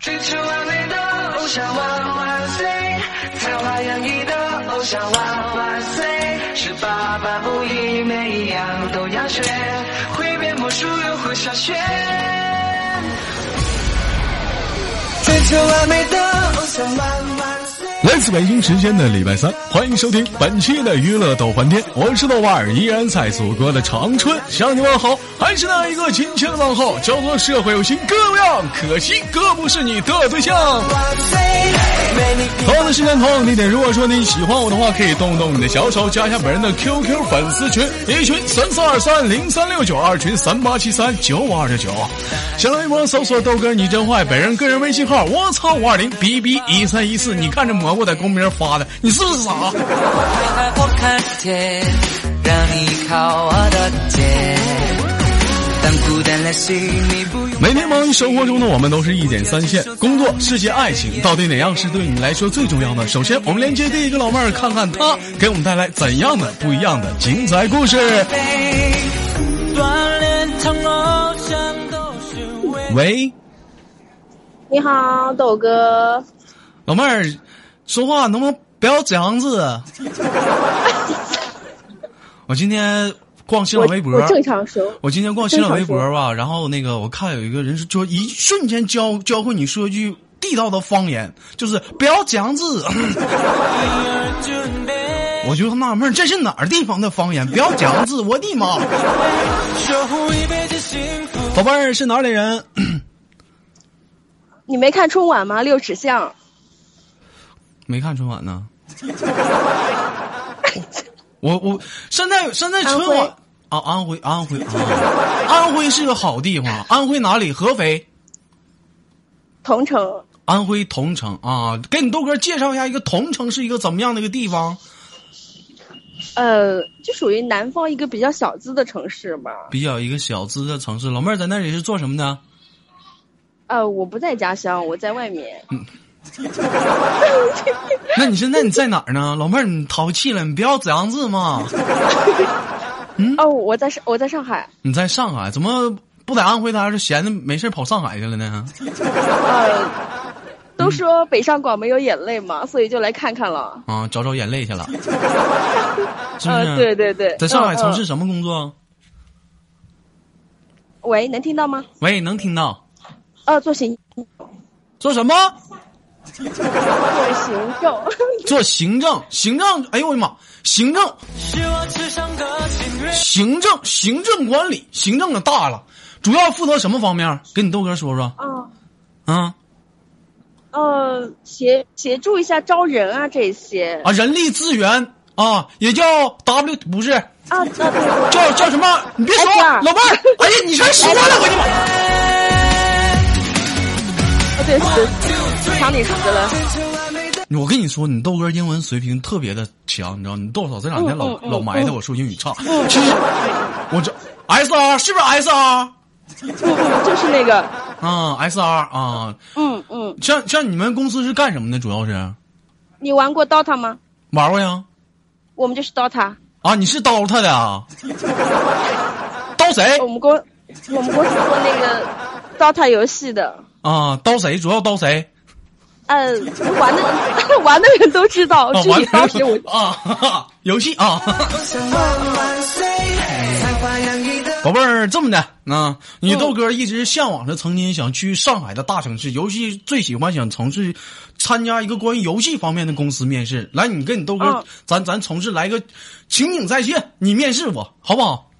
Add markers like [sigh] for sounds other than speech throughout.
追求完美的偶像万万岁，才华洋溢的偶像万万岁，十八般武艺每一样都要学，会变魔术又会下雪。追求完美的偶像万万岁。来自北京时间的礼拜三，欢迎收听本期的娱乐逗翻天，我是豆瓣儿，依然在祖国的长春向你问好，还是那一个亲切的问候，叫做社会有情哥有样，可惜哥不是你的对象。万岁，没你比同样的时间，同样的地点，如果说你喜欢我的话，可以动动你的小手，加一下本人的 QQ 粉丝群，一群三四二三零三六九，二群三八七三九五二九九。新浪微博搜索豆哥你真坏，本人个人微信号我操五二零 b b 一三一四。你看这蘑菇在公屏发的，你是不是傻？我还不看见，让你靠我的肩。当孤单来袭，你不用。每天忙于生活中的我们都是一点三线：工作、事业、爱情，到底哪样是对你来说最重要呢？首先，我们连接第一个老妹儿，看看她给我们带来怎样的不一样的精彩故事。锻炼成偶像都是为。喂。你好，豆哥。老妹儿，说话能不能不要这样子？啊 [laughs] 我今天逛新我浪微博，我正常说，我今天逛新浪微博正常吧，然后那个我看有一个人是就一瞬间教教会你说一句地道的方言，就是不要这样子。 [coughs] 我就纳闷儿，这是哪儿地方的方言？不要这样子，我的 [laughs] 妈！宝贝儿是哪里人？你没看春晚吗？六尺巷，没看春晚呢。我我现在现在春晚啊，安徽安徽啊，安徽是个好地方。安徽哪里？合肥，同城。安徽桐城啊。给你豆哥介绍一下，一个桐城是一个怎么样的一个地方？呃，就属于南方一个比较小资的城市吧。比较一个小资的城市。老妹儿在那里是做什么的？呃，我不在家乡，我在外面。嗯 [laughs] 那你现在你在哪儿呢？老妹儿，你淘气了，你不要这样子嘛。嗯哦，我在上，我在上海。你在上海，怎么不在安徽待着，闲的没事儿跑上海去了呢？呃，都说北上广没有眼泪嘛，所以就来看看了。啊，找找眼泪去了，是不是？呃，对对对。在上海嗯从事嗯什么工作？喂，能听到吗？喂，能听到？呃，做行做什么？做行 [laughs] 政，做行政，行政。哎呦我的妈！行政，是我吃上的侵略。行政，行政管理，行政可大了，主要负责什么方面？跟你豆哥说说啊，啊呃，协协助一下招人啊这些。啊！人力资源啊，也叫 W，不是啊，啊对对。叫叫什么？你别说， HR 老妹 [laughs] 儿，哎呀，你全说了，我的妈！啊，对，是抢你词了。我跟你说，你豆哥英文水平特别的强，你知道？你豆嫂这两天老、嗯嗯嗯老埋汰我说英语差，其实我这 S R 是不是 S R 嗯嗯，就是那个，啊？S R 啊，嗯嗯，像像你们公司是干什么的？主要是你玩过 DOTA 吗？玩过呀？我们就是 DOTA，啊，你是刀他的啊？刀谁我们公我们公司做那个 DOTA 游戏的，啊？刀谁？主要刀谁？呃，玩的 [laughs] 玩的人都知道，啊，具体哦当时我完啊，哈哈游戏啊，宝贝儿，这么的啊，嗯你豆哥一直向往着曾经想去上海的大城市，尤其最喜欢想从事参加一个关于游戏方面的公司面试。来，你跟你豆哥，嗯咱咱从事来个情景再现，你面试我好不好？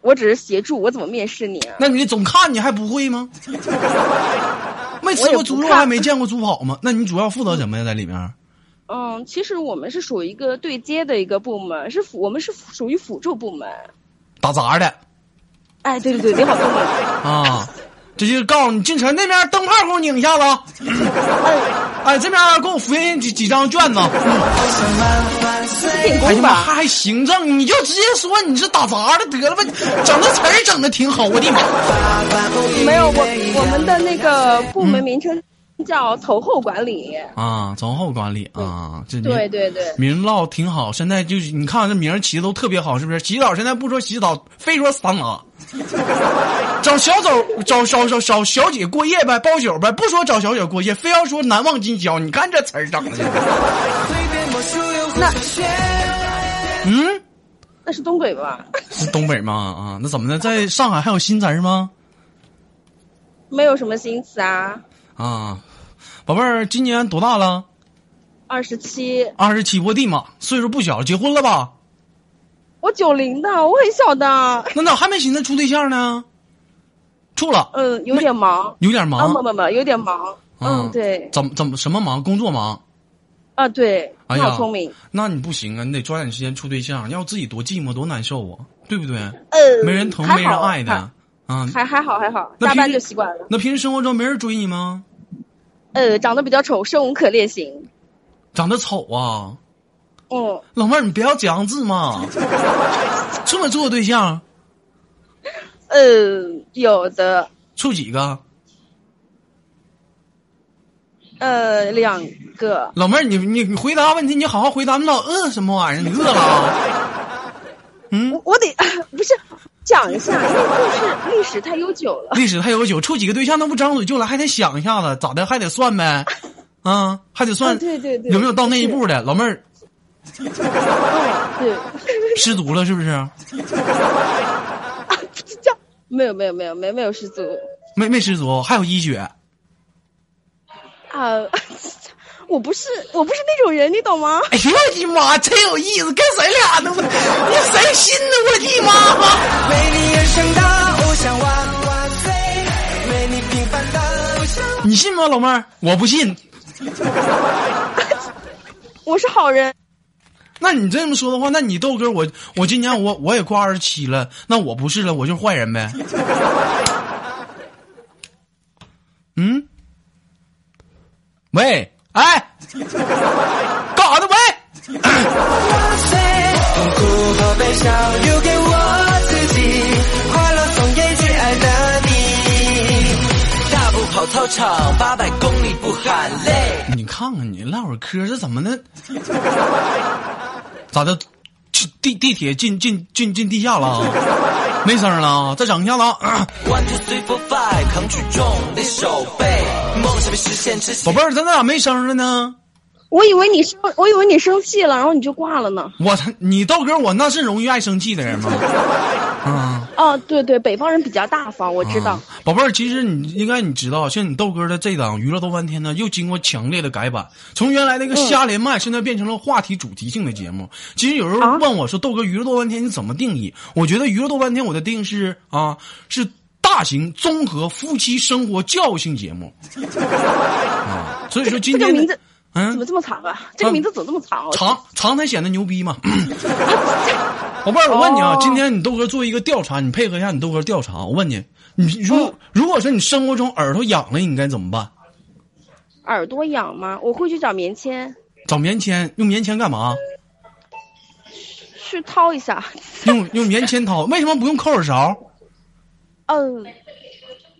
我只是协助，我怎么面试你啊？那你总看你还不会 [laughs] 吗？没吃过猪我也不肉看还没见过猪跑吗？那你主要负责什么呀？在里面嗯，其实我们是属于一个对接的一个部门，是辅我们是属于辅助部门。打杂的哎，对对对，你好，聪明。啊，这就是告诉你进城那边灯泡给我拧一下子，哎，这边给我复印几几张卷子。电哎呀工妈，吧，还还行政，你就直接说你是打杂的得了吧，整的词儿整的挺好，我的妈！没有我我们的那个部门名称叫投后管理。啊，走后管理啊，这名对对对，名落起挺好。现在就是你看这名儿起的都特别好，是不是？洗澡现在不说洗澡，非说桑拿。 [laughs] 找小走找找找找小姐过夜呗，包宿呗，不说找小姐过夜，非要说难忘今宵。你看这词儿整的，嗯，那是东北吧？是东北吗？啊，那怎么的，在上海还有新词儿吗？ [laughs] 没有什么新词啊。啊，宝贝儿，今年多大了？二十七，二十七，我的妈，岁数不小，结婚了吧？我九零的，我很小的。那咋还没寻思处对象呢？处了，嗯，有点忙。有点啊，忙哦不。不不，有点忙。嗯，对，怎么怎么什么忙？工作忙。啊对，哎你呀好聪明。那你不行啊，你得抓紧时间处对象，要自己多寂寞多难受啊，对不对？呃，没人疼，还没人好爱的啊。还还好还好，那大平半时就习惯了。那平时生活中没人追你吗？呃，长得比较丑，生无可恋型。长得丑啊，嗯，老妹儿，你不要讲字 [laughs] 嘛，处没处过对象？呃，有的，处几个？呃，两个，老妹儿，你你你回答问题，你好好回答，你老饿什么玩意儿？你饿嗯了啊？ [laughs] 我我得不是讲一下，因为故事历史太悠久了。历史太悠久，处几个对象那不张嘴就来，还得想一下子，咋的？还得算呗，啊，还得算，啊对对对有没有到那一步的？老妹儿对，啊失足了是不是？这样没有没有没有没有没有失足没没失足，还有医学，啊。 [laughs] 我不是我不是那种人，你懂吗？哎呦我的妈，真有意思，跟谁俩呢？我你谁信呢？我的妈！你信吗，老妹儿？我不信。我是好人，那你这么说的话，那你豆哥，我我今年我我也过二十七了，那我不是了，我就是坏人呗。嗯，喂，哎，干啥呢？喂，痛苦和悲伤留给我自己，快乐送给亲爱的你。大步跑操场，八百公里不喊累。你看看你唠会儿嗑，这怎么的？咋的？去地地铁进进进进地下了啊？没声了啊，再整一下子啊！ [clears throat] One two three four five，扛举重的手背，梦想被实现之宝前。贝儿，咱咋没声了呢？我以为你生我以为你生气了，然后你就挂了呢。我才你豆哥，我那是容易爱生气的人吗？啊。啊，对对，北方人比较大方，我知道啊。宝贝儿，其实你应该你知道，像你豆哥的这档娱乐豆翻天呢，又经过强烈的改版，从原来那嗯个瞎连麦，现在变成了话题主题性的节目。其实有时候啊问我说，豆哥娱乐豆翻天你怎么定义？我觉得娱乐豆翻天我的定义是啊，是大型综合夫妻生活教育性节 [laughs] 目。啊，所以说今这个天名的字怎嗯么这么长啊？这个名字怎么这么长啊？长长才显得牛逼嘛。 [clears throat] 宝贝儿，我问你啊，哦今天你豆哥做一个调查，你配合一下你豆哥调查。我问你，你如嗯如果说你生活中耳朵痒了，你该怎么办？耳朵痒吗？我会去找棉签找棉签，用棉签干嘛？去掏一下。用用棉签掏？为什么不用抠耳勺嗯，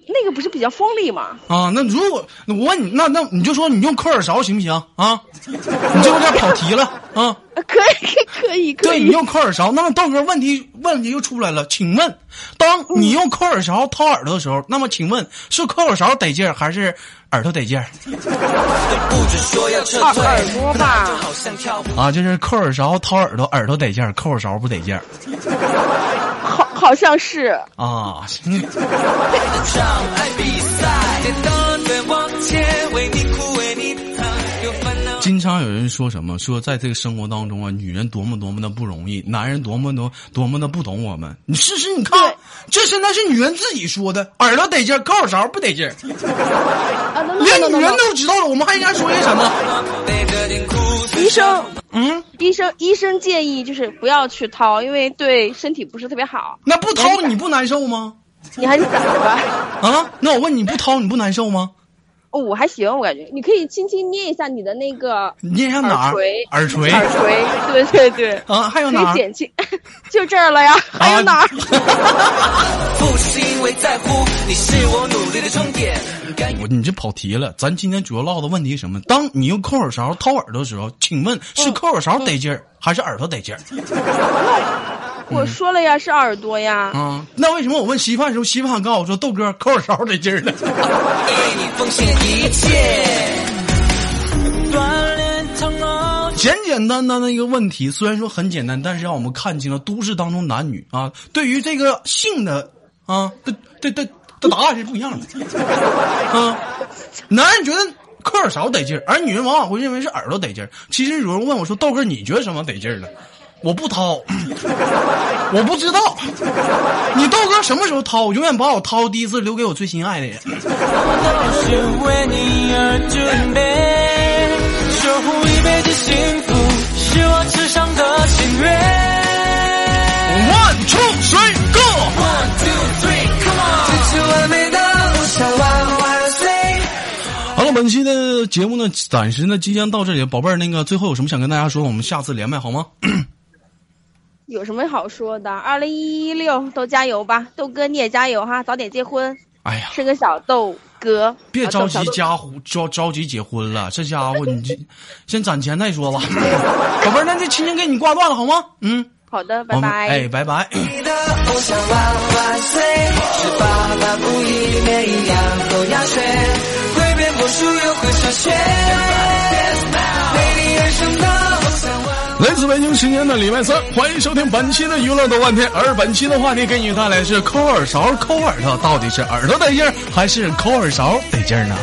那个不是比较锋利吗？啊？那如果那我问你，那那你就说你用抠耳勺行不行啊？你这有点跑题了啊！啊可以，可以，可对以。你用抠耳勺，那么豆哥问题问题就出来了。请问，当你用抠耳勺掏耳朵的时候，那么请问是抠耳勺得劲儿还是耳朵得劲儿？不准说要撤耳退，耳朵吧，好像跳舞。啊，就是抠耳勺掏耳朵，耳朵得劲儿，抠耳勺不得劲儿好，好像是。啊。障碍比赛，跌倒对往前，为你哭，为你疼，有烦恼。经常有人说什么，说在这个生活当中啊，女人多么多么的不容易，男人多么多多么的不懂我们。你试试，你看对，这现在是女人自己说的，耳朵得劲儿，抠耳勺不得劲儿，啊，等等连等女等人等，都知道了，我们还应该说些什么？背着点哭，医生，嗯，医生，医生建议就是不要去掏，因为对身体不是特别好。那不掏你不难受吗？你还是攒着吧。啊，那我问你不掏你不难受吗？哦，我还行，我感觉你可以轻轻捏一下你的那个捏上哪儿？耳耳垂耳垂，对对对，啊，还有可哪以儿？啊减轻， [laughs] 就这儿了呀，还有哪儿？不是因为在乎，你是我努力的终点。甘 [laughs] 我你这跑题了，咱今天主要唠的问题是什么？当你用抠耳勺掏耳朵的时候，请问嗯是抠耳勺得劲儿，还是耳朵得劲儿？我说了呀，是耳朵呀。啊，那为什么我问稀饭的时候，稀饭还告诉我说豆哥抠耳勺得劲儿呢？为你奉献一切。锻炼从容。简简单单的一个问题，虽然说很简单，但是让我们看清了都市当中男女啊，对于这个性的啊，的的的的答案是不一样的。啊，男人觉得抠耳勺得劲儿，而女人往往会认为是耳朵得劲儿。其实有人问我说：“豆哥，你觉得什么得劲儿呢？”我不掏， [coughs] 我不知道。你豆哥什么时候掏？我永远把我掏第一次留给我最心爱的人。都是为你而准备，守护一辈子幸福是我至上的心愿。 One two three go。 One two three, come on！追求完美的梦想，万万岁！好了，本期的节目呢，暂时呢即将到这里，宝贝儿，那个最后有什么想跟大家说，我们下次连麦好 [coughs] 吗？有什么好说的？二零一六都加油吧，豆哥你也加油哈，早点结婚，哎呀，生个小豆哥。别啊着豆急小豆家伙着着急结婚了，这家伙你这先攒钱再说吧。 [laughs] 宝贝儿，那这亲情给你挂断了好吗？嗯，好的，我拜们拜。哎，拜 [coughs] 拜。你的梦想万万岁，是爸爸不一，每一样都要学，会变魔术又会数学，为你而生的梦想万万岁。来自北京时间的礼拜三，欢迎收听本期的娱乐豆半天。而本期的话题给你带来是抠耳勺、抠耳朵，到底是耳朵得劲儿还是抠耳勺得劲儿呢？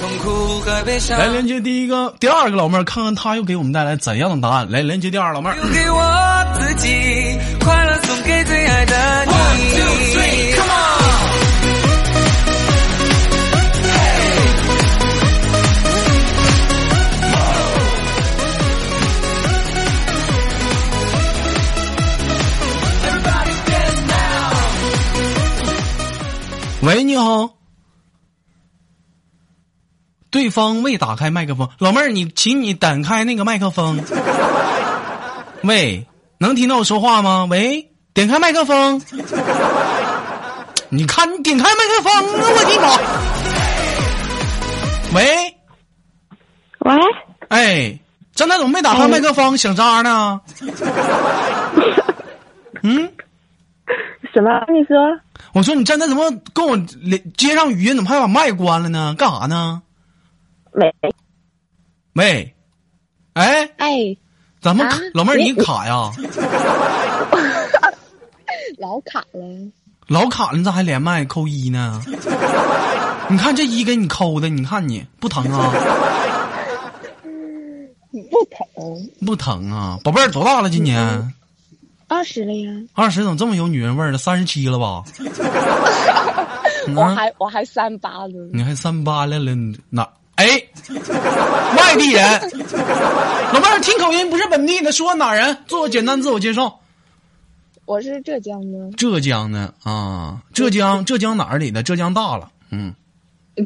痛苦和悲伤来连接第一个、第二个老妹儿，看看她又给我们带来怎样的答案。来连接第二老妹儿。留给我自己，快乐送给最爱的你。One two three, come on！喂，你好。对方未打开麦克风，老妹儿，你请你打开那个麦克风。喂，能听到我说话吗？喂，点开麦克风。你看，你点开麦克风，我的妈！喂，喂，哎，张大总没打开麦克风，想渣呢？嗯，什么？你说我说你站在怎么跟我连接上语音，怎么还把麦关了呢？干啥呢？没？喂，哎，哎，咱们、啊老妹儿你你卡呀，老卡了。老卡了，你咋还连麦扣一呢？你看这一给你扣的，你看你不疼啊？不疼，不疼啊，宝贝儿多大了？今年二十了呀。二十，怎么这么有女人味儿了？三十七了吧？我啊，还我还三八呢。你还三八来了？你哪？哎，外地人，老妹儿听口音不是本地的，说哪人？做个简单自我介绍。我是浙江的，浙江的啊，浙江浙江哪儿里的？浙江大了，嗯，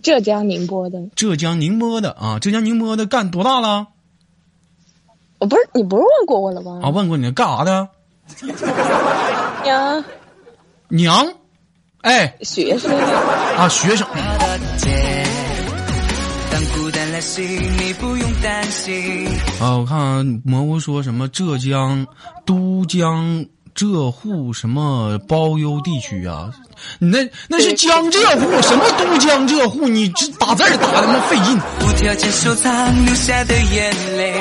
浙江宁波的。浙江宁波的啊，浙江宁波的干多大了？我不是你不是问过我了吗？啊，问过你干啥的？呀，娘，哎学生，啊，学生，到了街当孤单来袭，你不用担心。啊，我看啊蘑菇说什么浙江都江浙沪什么包邮地区啊？你那那是江浙沪，什么都江浙沪？你这打字儿打的那么费劲无条件收藏留下的眼泪，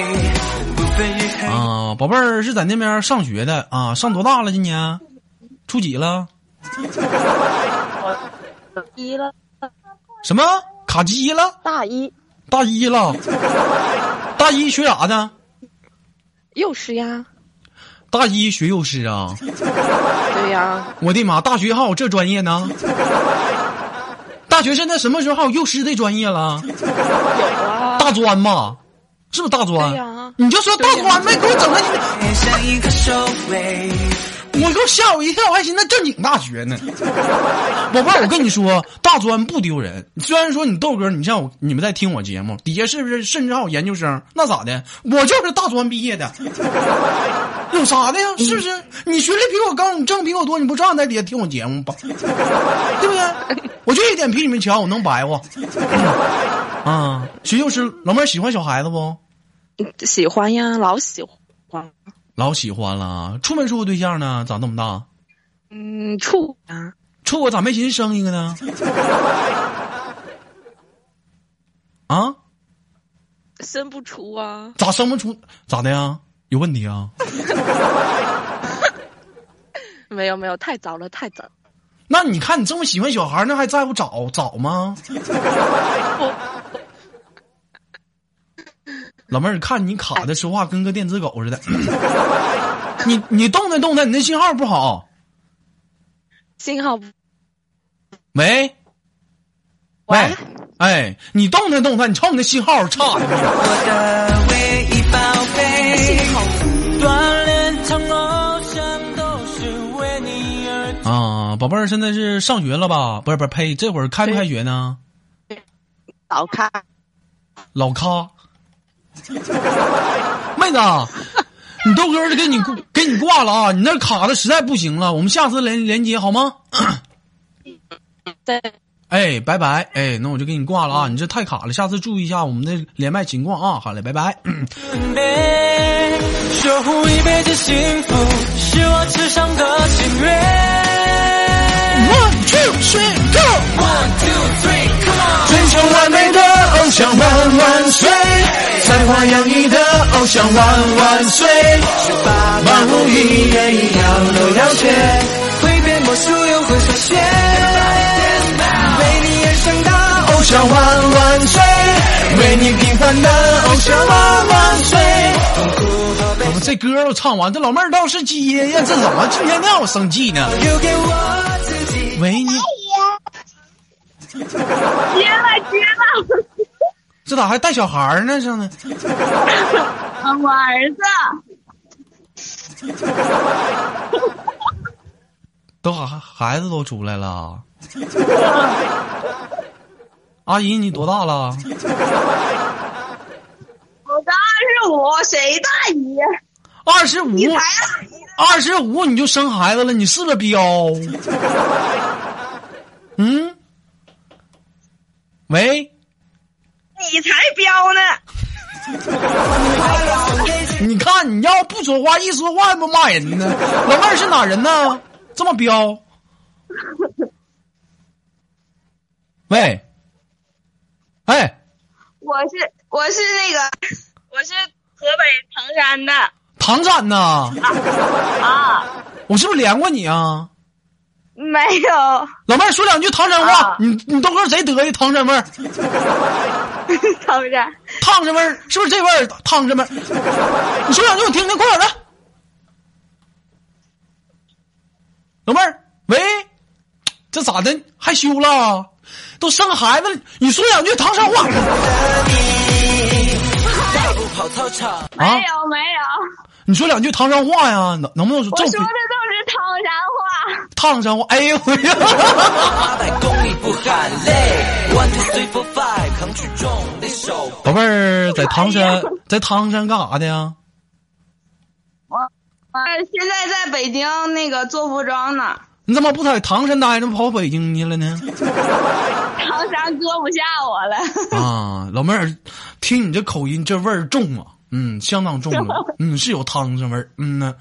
不分日黑。啊！宝贝儿是在那边上学的啊，上多大了？今年初几了？一了，什么卡机了？大一。大一了？大一学啥的？幼师呀，大一学幼师啊！对呀，我的妈！大学还有这专业呢？大学现在什么时候还有幼师这专业了？有啊，大专吧？是不是大专？对呀你就说大专呗，给我整的你像一个守卫，我给我吓我一跳，我还寻思那正经大学呢。宝贝儿，我跟你说，大专不丢人。虽然说你豆哥，你像我，你们在听我节目，底下是不是甚至还有研究生？那咋的？我就是大专毕业的，有啥的呀？是不是？你学历比我高，你挣比我多，你不照样在底下听我节目吧？对不对？我就一点比你们强，我能白活。啊，徐幼师，老妹儿喜欢小孩子不？喜欢呀，老喜欢。老喜欢了，处没处过对象呢？长那么大，嗯，处啊，处过咋没寻思生一个呢？ [laughs] 啊？生不出啊，咋生不出？咋的呀？有问题啊？没有没有，太早了，太早了。那你看你这么喜欢小孩儿，那还在乎找找 [laughs] 吗？老妹儿，看你卡的说话跟个电子狗似的， [coughs] 你你动弹动弹，你那信号不好。信号喂，喂，哎，你动弹动弹，你瞅你那信号差的。我的唯一宝哎贝，锻炼成偶像都是为你而。啊，宝贝儿，现在是上学了吧？不是不是，呸，这会儿开没开学呢？早开，老咖，妹子，你豆哥儿给你挂给你挂了啊！你那卡的实在不行了，我们下次连连接好吗？对，哎，拜拜，哎，那我就给你挂了啊！你这太卡了，下次注意一下我们的连麦情况啊！好嘞，拜拜。准备，守护一辈子幸福是我至上的心愿。 One two three go。 One two three, come on！追求完美的偶像万万岁，才华洋溢的偶像万万岁，万物与人一样都要学，会变魔术又会科学，为你而生的偶偶像万万岁，为你平凡的偶像万万岁。我们这歌儿我唱完，这老妹儿倒是接呀，这怎么今天让我生 [laughs] 气呢？像留给我自己。喂你，接了接了，这咋还带小孩儿呢？上呢？我儿子，都孩孩子都出来了。阿姨，你多大了？我的二十五，谁大姨？二十五，二十五你就生孩子了，你是不是彪？嗯，喂，你才彪呢！你看你要不说话，一说话还不骂人呢。老妹儿是哪人呢？这么彪？喂，哎，我是我是那个，我是河北唐山的唐山呐，啊，我是不是连过你啊？没有 [laughs] 老妹儿说两句唐山话，啊你你豆哥贼得意，唐山味儿，唐山，唐山味儿是不是这味儿？唐山味儿，你说两句我听听，快点儿的。老妹儿，喂，这咋的？害羞了？都生孩子了，你说两句唐山话跑操场，啊？有没有，你说两句唐山话呀？能能不能说这都是唐山话。唐山话？哎呦 [laughs] 我呀！八百公里不喊累。One two three four five，扛举重的手。宝贝儿，在唐山，在唐山干啥的呀？呃，现在在北京那个做服装呢，你怎么不在唐山待着，跑北京去了呢？唐山搁不下我 [laughs] 了。啊，老妹儿，听你这口音，这味儿重啊，嗯，相当重了，嗯，是有唐山味儿，嗯呢，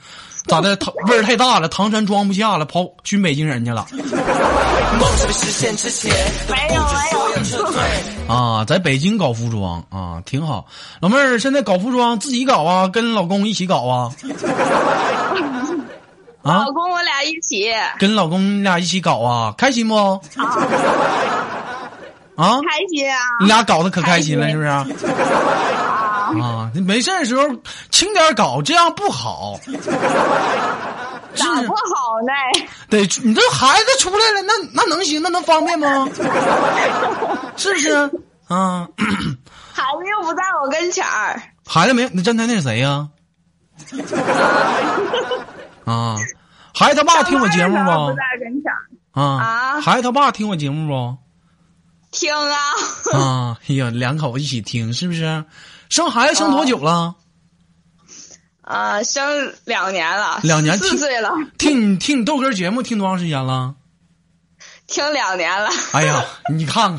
咋的？唐味儿太大了，唐山装不下了，跑去北京人去了梦想实现之前，都不止说要撤退。啊，在北京搞服装啊，挺好。老妹儿现在搞服装自己搞啊，跟老公一起搞啊，啊 [laughs] 老，公，我俩一起开跟老公你俩一起搞啊，开心不？啊，心啊！你俩搞得可开心了，开是心不是？啊，你没事的时候轻点搞，这样不好。是咋不好呢？得，你这孩子出来了，那那能行？那能方便吗？是不是？啊， [coughs] 孩子又不在我跟前儿，孩子没有？那站台那是谁呀、啊？孩子他爸听我节目上班的时候吗不在？人场，啊，啊孩子他爸听我节目不？[laughs] 听啊，啊，哎呀，两口一起听是不是？生孩子生多久了？啊，生两年了，两年四听岁了，听你听你豆哥节目听多长时间了？听两年了。哎呀，你看看，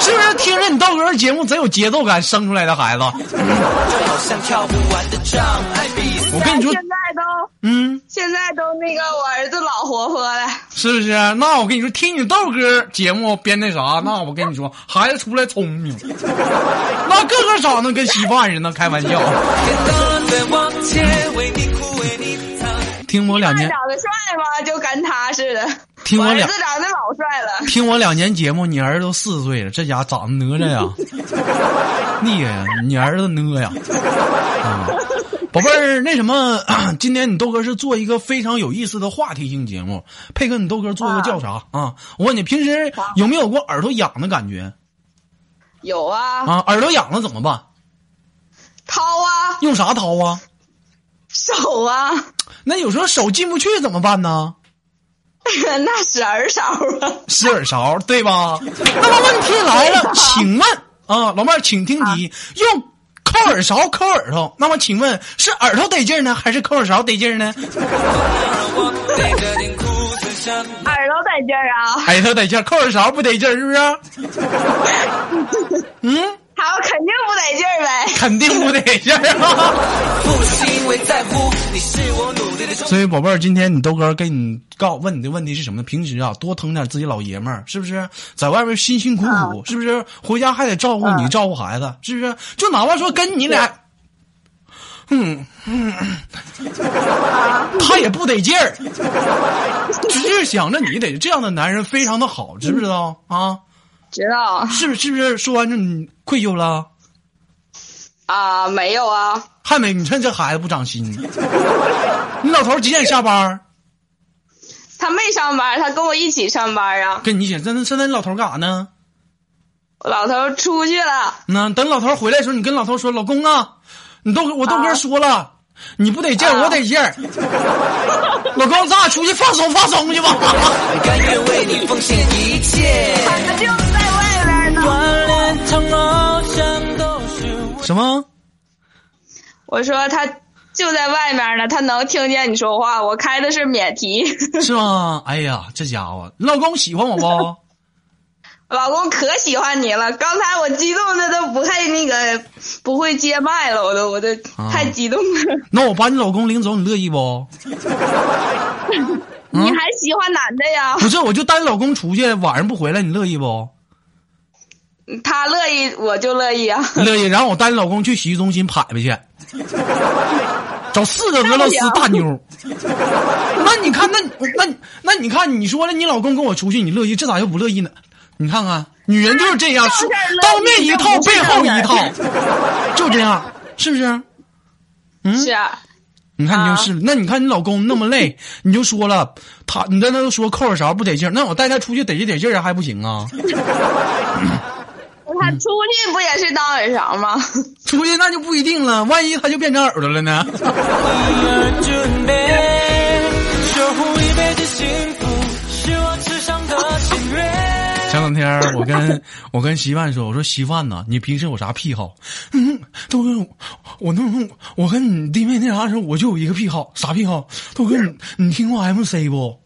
是不是听着你豆哥节目真有节奏感生出来的孩子？我跟你说现，在都嗯，现在都那个我儿子老活泼了，是不是？那我跟你说，听你豆哥节目编那啥，那我跟你说，孩子出来聪明，那个个长得跟稀饭似的，开玩笑。听我两他年，长得帅吗？就跟他似的。听我我俩儿子长得老帅了，听我两年节目，你儿子都四岁了，这家长得哪 [laughs] 吒呀，厉害呀！你儿子哪呀？嗯宝贝儿，那什么， [clears throat] 今天你豆哥是做一个非常有意思的话题性节目，配合你豆哥做一个调查啊我问你，平时有没有过耳朵痒的感觉有啊，啊？耳朵痒了怎么办？掏啊，用啥掏啊？手啊， [laughs] 那有时候手进不去怎么办呢？那是儿勺啊。 [laughs] 石耳勺，对吧？那么问题来了，请问啊，老妹儿，请听题，用抠耳勺抠耳朵，那么请问是耳朵得劲儿呢，还是抠耳勺得劲儿呢？耳朵在这儿啊，耳朵得劲儿，抠耳勺不得劲儿，是不是？嗯，他们肯定不得劲儿呗。肯定不得劲儿啊。所以，宝贝儿，今天你豆哥跟你告问你的问题是什么呢？平时啊，多疼点自己老爷们儿，是不是？在外边辛辛苦苦，是不是？回家还得照顾你，照顾孩子，是不是？就哪怕说跟你俩，嗯嗯，他也不得劲儿，只是想着你得这样的男人非常的好，知不知道啊？知道是不是？是不是？说完之后你愧疚了？啊？没有啊？还没，你看这孩子不长心。你老头儿几点下班儿？他没上班，他跟我一起上班啊。跟你一起，现在现在你老头儿干啥呢？我老头出去了，那等老头儿回来的时候，你跟老头儿说：“老公啊，你豆哥我豆哥啊说了，你不得劲儿，啊我得劲儿。老公，咱俩出去放松放松去吧。 [laughs] 反正就是在外边呢。什么？我说他就在外面呢，他能听见你说话。我开的是免提， [laughs] 是吗？哎呀，这家伙，你老公喜欢我不？老公可喜欢你了。刚才我激动的都不太那个，不会接麦了，我都我都啊太激动了。那我把你老公领走，你乐意不？嗯 [laughs] 你还喜欢男的呀？ [laughs] 不是，我就带你老公出去，晚上不回来，你乐意不？他乐意我就乐意啊。 [laughs] 乐意，然后我带你老公去洗浴中心拍拍去，找四个俄罗斯大妞。那你看，那那那你看，你说了，你老公跟我出去，你乐意，这咋又不乐意呢？你看看，女人就是这样，说当面一套，背后一套，就这样，是不是？是啊，你看你就是，那你看你老公那么累，你就说了，他你在那都说扣耳勺不得劲儿，那我带他出去得劲得劲儿还不行啊？他出去不也是当耳勺吗？ [laughs] 出去那就不一定了，万一他就变成耳朵了呢？前两天儿我跟我跟稀饭说，我说稀饭呐，你平时有啥癖好？嗯，豆哥，我那我跟你弟妹那啥的时候，我就有一个癖好，啥癖好？豆哥，你你听过 MC 不？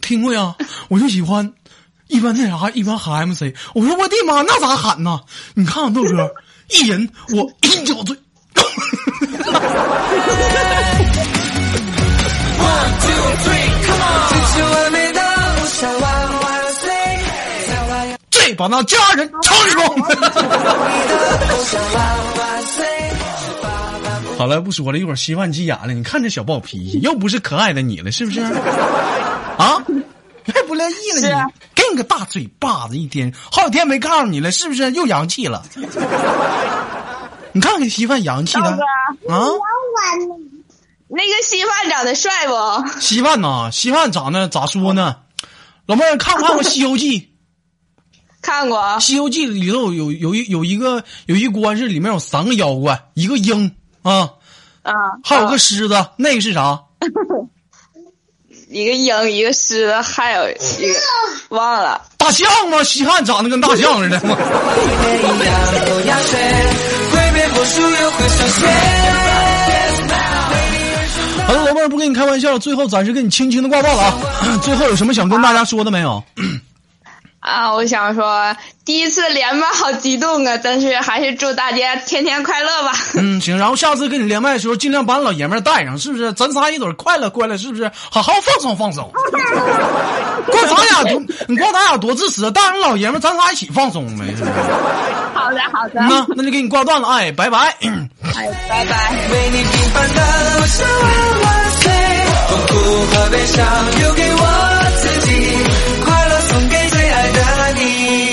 听过呀，我就喜欢。一般那啥，一般喊 MC，我说我的妈，那咋喊呐？你看看豆哥，一人我一脚嘴。这把那家人抽光。 [laughs] 好了，不说了，一会儿稀饭急眼了。你看这小暴脾气，又不是可爱的你了，是不是？啊，还不乐意了你？是啊给你个大嘴巴子，一天好几天没告诉你了，是不是？又洋气了。你看看稀饭洋气的豆哥嗯啊！那个稀饭长得帅不？稀饭呐，稀饭长得咋说呢？老妹儿，看不看过《西游记》？看过啊《西游记》里头有有一有一个有一关是里面有三个妖怪，一个鹰啊，啊，还有个狮子，那个是啥？一个鹰，一个狮子，还有一个忘了。大象吗？西汉长得跟大象似的吗？ [laughs] 一样都要学，会变魔术又会算学。好了，老妹儿不跟你开玩笑，最后暂时跟你轻轻的挂断了啊。最后有什么想跟大家说的没有？啊，我想说，第一次连麦好激动啊！但是还是祝大家天天快乐吧。嗯，行，然后下次跟你连麦的时候，尽量把你老爷们儿带上，是不是？咱仨一嘴快乐快乐，是不是？好好放松放松。光咱俩多，你光咱俩多自私，啊带上老爷们儿，咱仨一起放松呗，是不是？ [laughs] 好的，好的嗯呐，那就给你挂断了，哎，拜拜。哎， [laughs] 拜拜。为你平凡的我想万万岁，痛苦和悲伤留给我自己，快乐送给最爱的你。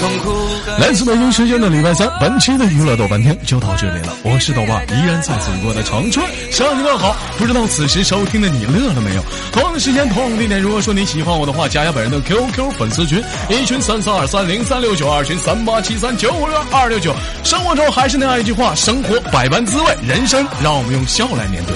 痛苦和来自北京时间的礼拜三，本期的娱乐豆瓣天就到这里了。我是豆瓣，依然在祖国的长春向你问好。不知道此时收听的你乐了没有？同样的时间，同样的地点，如果说你喜欢我的话，加一下本人的 QQ 粉丝群，一群三三二三零三六九，二群三八七三九五六二六九。生活中还是那样一句话，生活百般滋味，人生让我们用笑来面对。